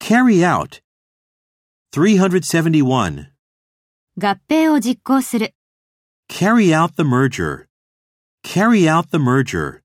Carry out. 371. 合併を実行する。 Carry out the merger. Carry out the merger.